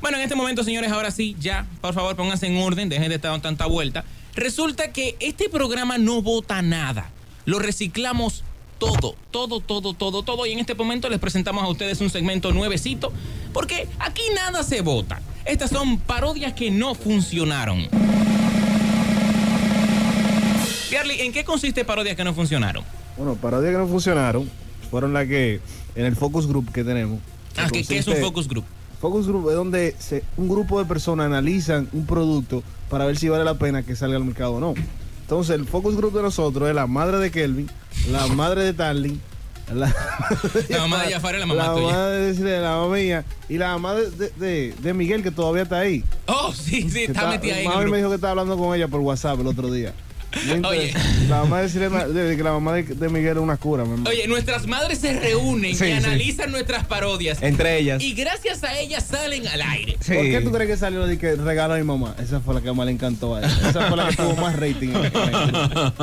Bueno, en este momento, señores, ahora sí, ya, por favor, pónganse en orden, dejen de estar dando tanta vuelta. Resulta que este programa no vota nada. Lo reciclamos todo, todo, todo, todo, todo. Y en este momento les presentamos a ustedes un segmento nuevecito, porque aquí nada se vota. Estas son parodias que no funcionaron. Charlie, ¿en qué consiste parodias que no funcionaron? Bueno, parodias que no funcionaron fueron las que en el focus group que tenemos. este, Ah, ¿qué, ¿qué es un focus group? Focus group es donde se- un grupo de personas analizan un producto para ver si vale la pena que salga al mercado o no. Entonces, el focus group de nosotros es la madre de Kelvin, la madre de Tarling, la, La mamá de Jafar es la mamá la tuya. madre de, de la mamá mía y la mamá de, de- de- de Miguel, que todavía está ahí. Oh, sí, sí, Que está metida ahí. en el Mami grupo. me dijo que estaba hablando con ella por WhatsApp el otro día. Muy Oye. interesante. La mamá de, Sirena- de- de que la mamá de, de Miguel es una cura, mi hermano. Oye, nuestras madres se reúnen Sí, y sí. Eh. analizan nuestras parodias. Entre ellas. Y gracias a ellas salen al aire. Sí. ¿Por qué tú crees que salió de que regalo a mi mamá? Esa fue la que más le encantó a ella. Esa fue la que tuvo más rating. en el canal.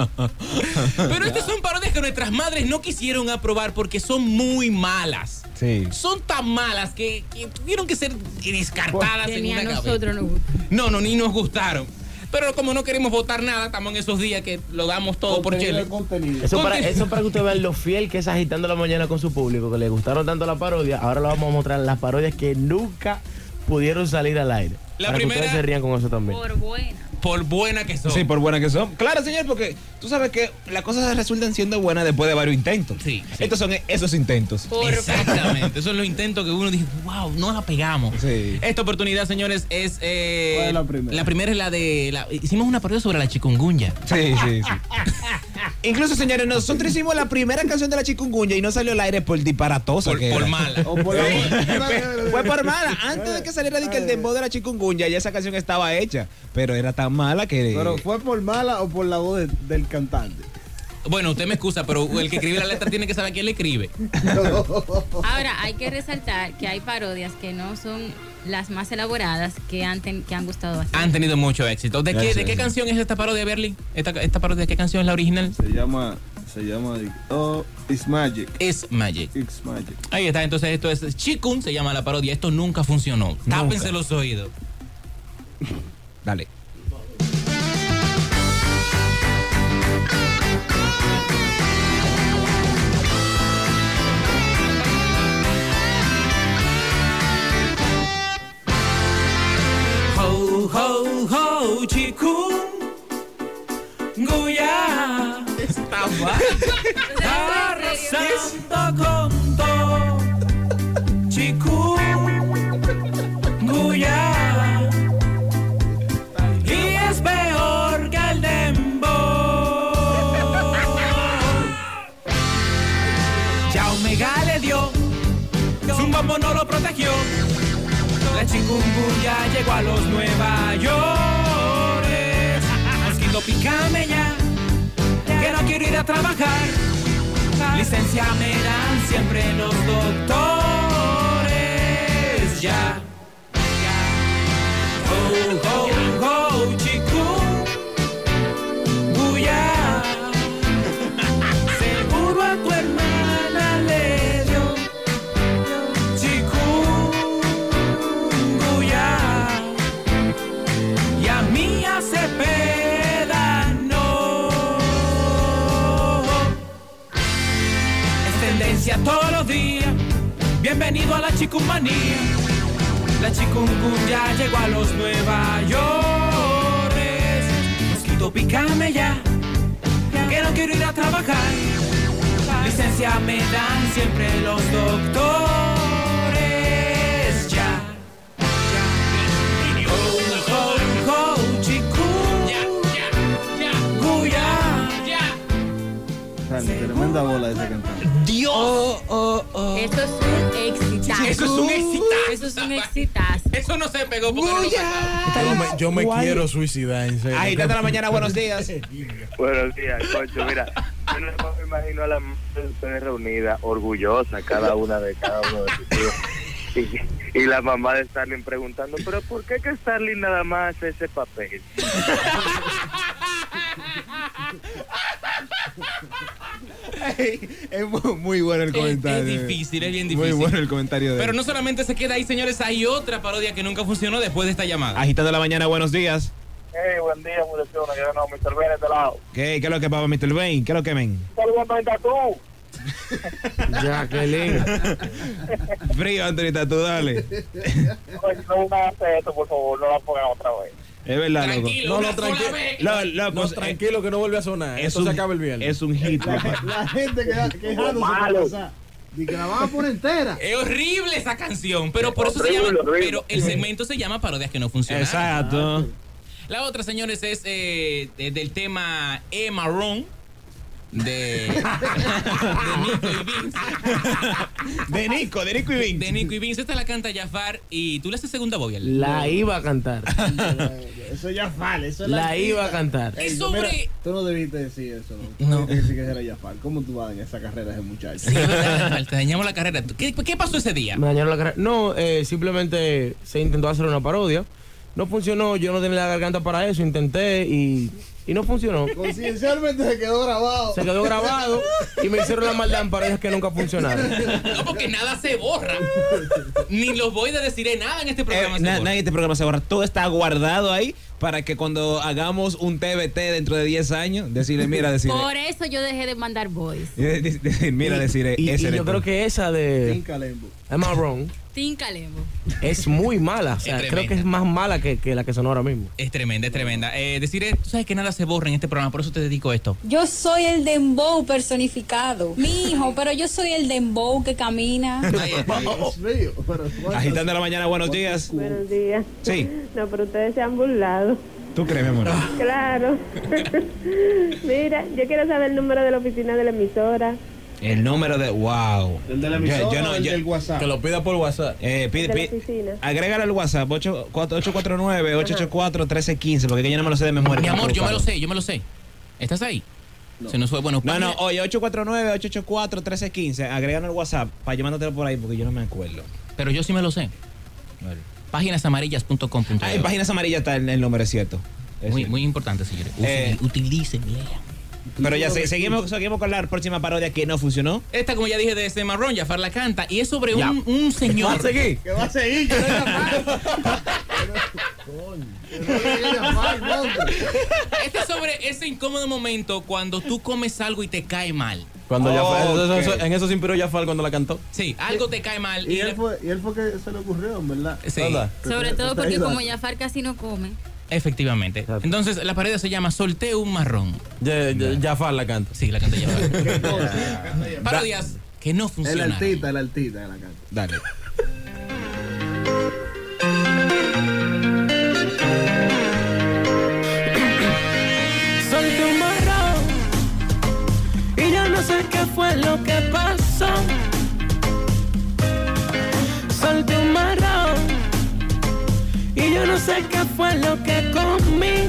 Pero estas son parodias que nuestras madres no quisieron aprobar porque son muy malas. Sí. Son tan malas que, que tuvieron que ser descartadas Que en ni una a cabeza. nosotros nos gusta. No, no, ni nos gustaron. Pero como no queremos votar nada, estamos en esos días que lo damos todo Oh, por Contenido Chele. de contenido. Eso para, Conte- eso para que usted vea lo fiel que es agitando la mañana con su público, que le gustaron tanto las parodias. Ahora lo vamos a mostrar las parodias que nunca pudieron salir al aire. La para primera- que ustedes se rían con eso también. Por buena. Por buena que son. Sí, por buenas que son. Claro, señor, porque tú sabes que las cosas resultan siendo buenas después de varios intentos. Sí, sí. Estos son esos intentos. Por Exactamente. Esos son los intentos que uno dice, wow, no la pegamos. Sí. Esta oportunidad, señores, es. eh, ¿Cuál es la primera? es la de. la- hicimos una parodia sobre la chikungunya. Sí, sí, sí. Incluso, señores, nosotros hicimos la primera canción de la chikungunya y no salió al aire por disparatosa. Por, que por era. mala. O por la- Fue, fue por mala. Antes de que saliera de que el dembow de la chikungunya, ya esa canción estaba hecha. Pero era tan mala que. Pero fue por mala o por la voz de- del cantante. Bueno, usted me excusa, pero el que escribe la letra tiene que saber quién le escribe. Ahora, hay que resaltar que hay parodias que no son las más elaboradas que han, ten- que han gustado bastante. Han tenido mucho éxito. ¿De qué, Gracias, de qué gracias. canción es esta parodia, Berlin? Esta, esta parodia, ¿qué canción es la original? Se llama, se llama, oh, it's magic, Es Magic. it's magic. Ahí está, entonces esto es Chikun, se llama la parodia. Esto nunca funcionó. Tápense los oídos. Dale. Ho, ho, ho, chikungunya. Está mal. Arrasando con todo. Chikungunya. Y es peor que el dembow. Ya Omega le dio. Su mambo no lo protegió. La chikungunya llegó a los Nueva York. Mosquito pícame ya, que no quiero ir a trabajar. Licencia me dan siempre los doctores. Ya. Ho, ho, ho, chikungunya. Seguro a tu hermana le dio chikungunya y a mí hace no Es tendencia todos los días, bienvenido a la chikunmanía. La chikungunya llegó a los Nueva York. Mosquito pícame ya, que no quiero ir a trabajar. Licencia me dan siempre los doctores. Ya. ya. Ho, ho, ho, chikungunya. Sale, tremenda bola esa cantante. Dios. Eso es un exitazo. Oh. Eso es un exitazo. Eso es un exitazo. Eso no se pegó porque no lo sacaba. Yo me, yo me quiero suicidar, en serio. Ahí, trata la mañana, buenos días. Buenos días, Concho. Mira, yo no me imagino a las mujeres ustedes reunidas, orgullosas cada una de cada uno de sus hijos. Y, y la mamá de Starling preguntando, pero ¿por qué que Starling nada más hace ese papel? Es mu- muy bueno el Es- comentario. es difícil, es bien Muy difícil. bueno el comentario de Pero él. no solamente se queda ahí, señores, hay otra parodia que nunca funcionó después de esta llamada. Agitando la mañana, buenos días. Hey, buen día, muchachos. Yo no, Mr. Ben, de este lado. ¿Qué, qué es lo que pasa, Mr. Wayne? ¿Qué es lo que men? Saludos, Menta, tú. Jacqueline. Frío, Antonita, tú dale. Es Oye, No me hagas esto, por favor, no la pongas otra vez. verdad, loco. Tranquilo, No, una no, sola tranquilo. vez. Lo- lo- No, pues, eh, tranquilo que no vuelve a sonar. es Eso un, se acaba el viernes. Es un hit. papá. La gente que quejándose por Malo. pasar. Y que la van a poner entera. Es horrible esa canción, pero por eso se Horrible, llama. horrible. Pero el segmento se llama Parodias que no funcionan. Exacto. La otra, señores, es eh, de- del tema E Marrón. De, de Nico y Vince. De Nico, de Nico y Vince. De Nico y Vince. Esta la canta Jafar y tú le haces segunda vocal. La iba a cantar. Eso ya vale. Eso es La iba a cantar. Es Ey, sobre. Tú no debiste decir eso. No. No. Tienes que decir que era Jafar. ¿Cómo tú vas en esa carrera de ese muchacho? Sí, es verdad, Jafar, te dañamos la carrera. ¿Qué, qué pasó ese día? Me dañaron la cara. No, eh, simplemente se intentó hacer una parodia. No funcionó, yo no tenía la garganta para eso, intenté y, y no funcionó. Conciencialmente se quedó grabado. Se quedó grabado y me hicieron la maldad en parodias que nunca funcionaron. No, porque nada se borra. Ni los voy a decir eh, nada en este Eh, programa. se na- borra. nadie te programa se borra. Todo está guardado ahí para que cuando hagamos un TBT dentro de 10 años, decirle, mira, decirle. Por eso yo dejé de mandar voice. Eh, de- de- Mira, decirle. Y, ese y era yo el creo problema. que esa de Sin calembo. Am I Wrong Tim Calemo. es muy mala. O sea, Es creo que tremenda. es más mala que, que la que sonó ahora mismo. Es tremenda, es tremenda. Eh, decir, eh, tú sabes que nada se borra en este programa, por eso te dedico esto. Yo soy el dembow personificado. Mi hijo, pero yo soy el dembow que camina. Ahí está. Dios mío. Pero Agitando la mañana, buenos días. Buenos días. Sí. No, pero ustedes se han burlado. ¿Tú crees, mi amor? Claro. Mira, yo quiero saber el número de la oficina de la emisora. El número de. ¡Wow! El de la Yo- emisora yo no- o el yo- del WhatsApp. Que lo pida por WhatsApp. eh, pide, de la pide- oficina. agrégale al WhatsApp 849-884-1315, porque yo no me lo sé de memoria. Mi amor, yo me lo sé, yo me lo sé. ¿Estás ahí? Se nos fue, bueno. No, no, página- oye, 849-884-1315. Agrégalo al WhatsApp para yo mandártelo por ahí porque yo no me acuerdo. Pero yo sí me lo sé. Páginasamarillas.com. Ah, en páginas amarillas está el, el número, es cierto. Es Muy, cierto. muy importante, señores. Usen, Eh. utilicen, lean. Pero ya se- seguimos, seguimos con la próxima parodia que no funcionó. Esta, como ya dije, de ese marrón, Jafar la canta. Y es sobre un, un ¿Va señor. a seguir? Que va a seguir. Que no es Jafar. Pero, coño. Que no es Jafar, monstruo. Este es sobre ese incómodo momento cuando tú comes algo y te cae mal. Cuando ya fue- eso- eso- Ok. en eso sin pero ya fue cuando la cantó. Sí, algo te cae mal. Y él fue, y él fue que se le ocurrió, en verdad. Sí. Anda. Sobre todo porque como Jafar casi no come. Efectivamente. Entonces, la pared se llama Solté un marrón. Ya, ya- Jafar la canta. Sí, la canta Jafar. Parodias que no El funcionan. altita, el altita de la canta. Dale. Solté un marrón y ya no sé qué fue lo que pasó. Solté un marrón y yo no sé qué fue lo que comí.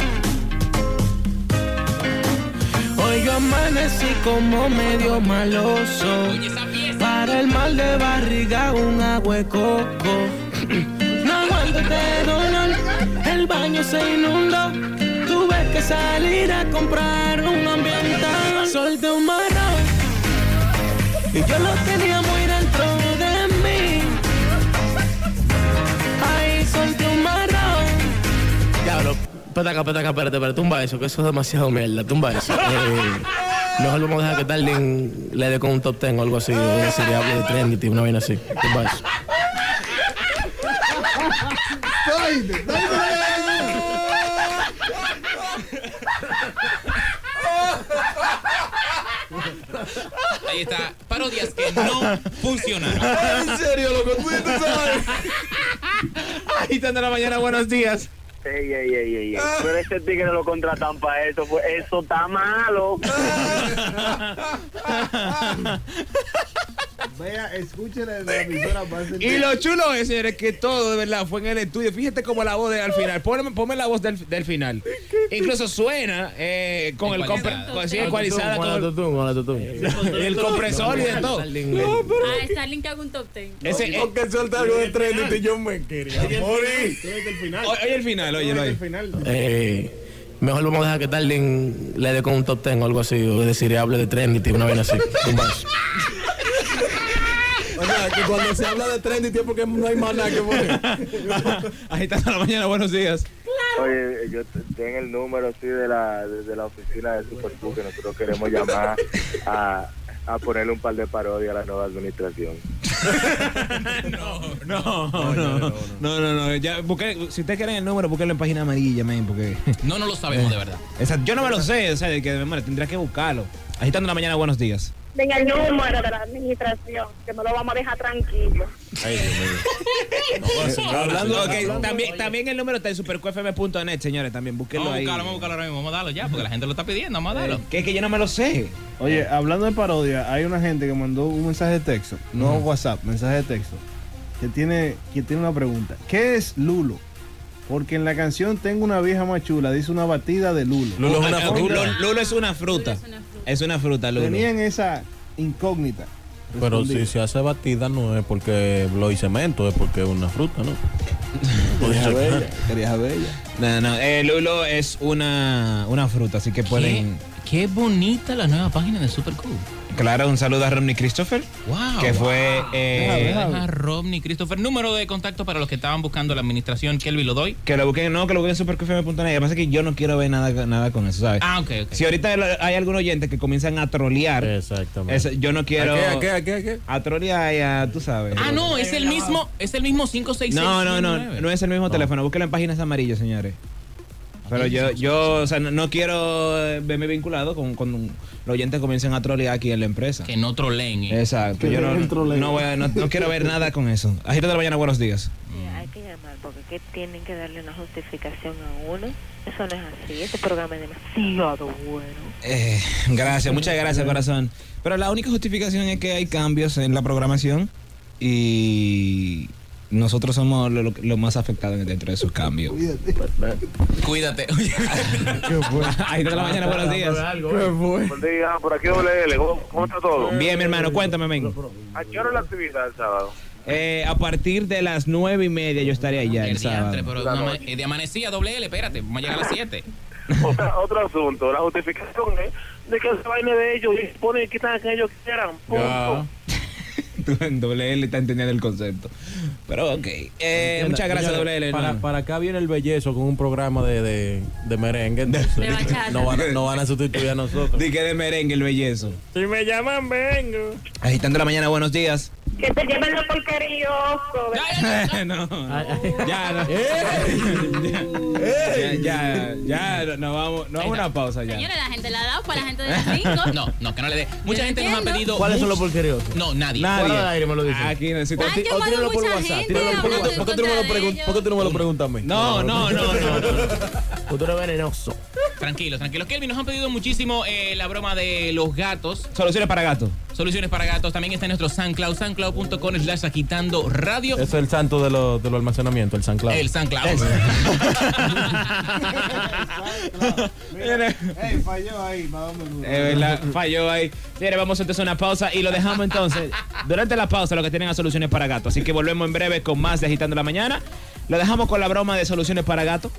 Hoy yo amanecí como medio maloso. Oye, esa fiesta. Para el mal de barriga un agua de coco. No aguanto este dolor, el baño se inundó. Tuve que salir a comprar un ambientador. Sol de un marrón y yo lo tenía muy dentro de mí. Ay, sol de un marrón. Diablo, petaca, petaca, espérate, espérate, tumba eso, que eso es demasiado mierda, tumba eso. Eh, mejor vamos a dejar que Darling le dé con un top ten o algo así, o se le hable de Trinity, una vaina así. Tumba eso. ¡Toite! ¡Toite! Ahí está. Parodias que no funcionaron. en serio, loco, tú ya te sabes. Agitando la mañana, buenos días. Ey, ey, ey, ey, ey. Pero ese tigre lo contratan para eso, pues eso está malo. Vea, escúchela de la emisora para hacer- Y lo chulo es, señores, que todo de verdad fue en el estudio. Fíjate cómo la voz de al final. Ponme, ponme la voz del, del final. Incluso suena eh, con el Ecualizada. compre- con- sí, ecualizada con Hola, el, tutum, hola, tutum. el compresor y de todo. Ah, Starling que haga un top 10. Ese, eh, Con que suelta algo de Trinity, yo me quería morir. Toite el final. eh, oye, el final, oye, Toite el oye. final. Eh, Mejor vamos a dejar que Darling le dé con un top 10 o algo así, o decir, hable de Trinity, una vaina así. Tumba eso. O sea, que cuando se habla de trendy, tío, porque no hay más nada que poner. Agitando la mañana, buenos días. Oye, yo te- tengo el número así de la, de, de la oficina de Supercu que nosotros queremos llamar a, a ponerle un par de parodias a la nueva administración. No, no, no, no, no, Ya, busqué- si ustedes quieren el número, búsquenlo en página amarilla, man, porque... No, no lo sabemos de verdad. Esa- yo no me lo sé, o sea, de que de memoria tendrás que buscarlo. Agitando la mañana, buenos días. Venga, el número de la administración, que no lo vamos a dejar tranquilo. Hablando, ok, también, también el número está en superqfm.net, señores, también búsquenlo Vamos a ahí. buscarlo, vamos a buscarlo ahora mismo. Vamos a darlo ya, porque la gente lo está pidiendo. Vamos a darlo. Que es que yo no me lo sé. Oye, hablando de parodia, hay una gente que mandó un mensaje de texto, no WhatsApp, mensaje de texto, que tiene, que tiene una pregunta. ¿Qué es Lulo? Porque en la canción Tengo una vieja más chula, dice una batida de Lulo. Ah, Lulo- Lulo es una fruta. Es una fruta, Lulo. Tenían esa incógnita. Pero respondida. si se hace batida no es porque lo y cemento, es porque es una fruta, ¿no? Querías bella, querías bella. No, no, eh, Lulo es una, una fruta, así que pueden... Qué bonita la nueva página de Super Cool. Claro, un saludo a Romney Christopher, Ah, Wow. que fue... eh, Deja Romney Christopher. Número de contacto para los que estaban buscando la administración. Kelvin lo doy. Que lo busquen, no, que lo busquen en supercofm.net. Además es que yo no quiero ver nada, nada con eso, ¿sabes? Ah, ok, ok. Si ahorita lo- hay algún oyente que comienzan a trolear. Exactamente. eso, yo no quiero. ¿A qué, a qué, a qué, a qué? A trolear y a- tú sabes. Ah, no, es el mismo, es el mismo 566. No, no, no. No es el mismo teléfono. Búsquelo en páginas amarillas, señores. Pero yo, yo, o sea, no, no quiero eh, verme vinculado con, con los oyentes que comiencen a trolear aquí en la empresa. Que no troleen. eh. Exacto. Yo no, no voy a- no- no quiero ver nada con eso. Agito de la mañana, buenos días. Hay que llamar porque que tienen que darle una justificación a uno. Eso no es así. Ese programa es demasiado bueno. Eh, gracias, muchas gracias, corazón. Pero la única justificación es que hay cambios en la programación y nosotros somos lo, lo- lo más afectados dentro de esos cambios. Cuídate. Ahí está la mañana, buenos días. Buen día, por aquí WL, ¿cómo cómo está todo? Bien, mi hermano, cuéntame, men. ¿A qué hora es la actividad el sábado? Eh, a partir de las nueve y media yo estaré allá el sábado. Diantre, pero no ama- eh, de amanecía doble L, espérate, vamos a llegar a las 7. Otra- otro asunto, la justificación es de que se vaina de ellos y ponen que están que ellos quieran. punto. Tú en doble L está entendiendo el concepto. Pero ok. Eh, Entienda, muchas gracias, señores, doble L. Para, hermano. para acá viene el bellezo con un programa de, de, de merengue. entonces, De bachata. no, van, a- no van a sustituir a nosotros. Di que de merengue el bellezo. Si me llaman, vengo. Agitando la mañana, buenos días. Que te lleven la porquería, Osco. no, ya, no. Ya, ya, ya, ya, nos vamos, nos vamos a una pausa ya. Señores, la gente la ha dado para la gente de las 5. No, no, que no le dé. Mucha Yo gente nos ha entiendo. pedido. ¿Cuáles son mucho- los porqueríos? No, nadie. Fuera del aire me lo dicen. Aquí necesito. Ay, que mandó mucha gente hablando en ¿Por qué tú no me lo contra de pregun- ellos. por qué tú no me lo preguntas a mí? No, no, no, no. no. Tú eres venenoso. Tranquilos, tranquilos. Kelvin, nos han pedido muchísimo eh, la broma de los gatos. Soluciones para gato. Soluciones para gatos. También está en nuestro SoundCloud, soundcloud.com slash agitando radio. Es el santo de los de los almacenamientos, el San Claus. El SoundCloud. Ey, falló ahí, va a darme el Eh, Es verdad, Eh, falló ahí. Señores, vamos entonces a una pausa y lo dejamos entonces. Durante la pausa, lo que tienen a soluciones para gato. Así que volvemos en breve con más de Agitando la Mañana. Lo dejamos con la broma de soluciones para gato.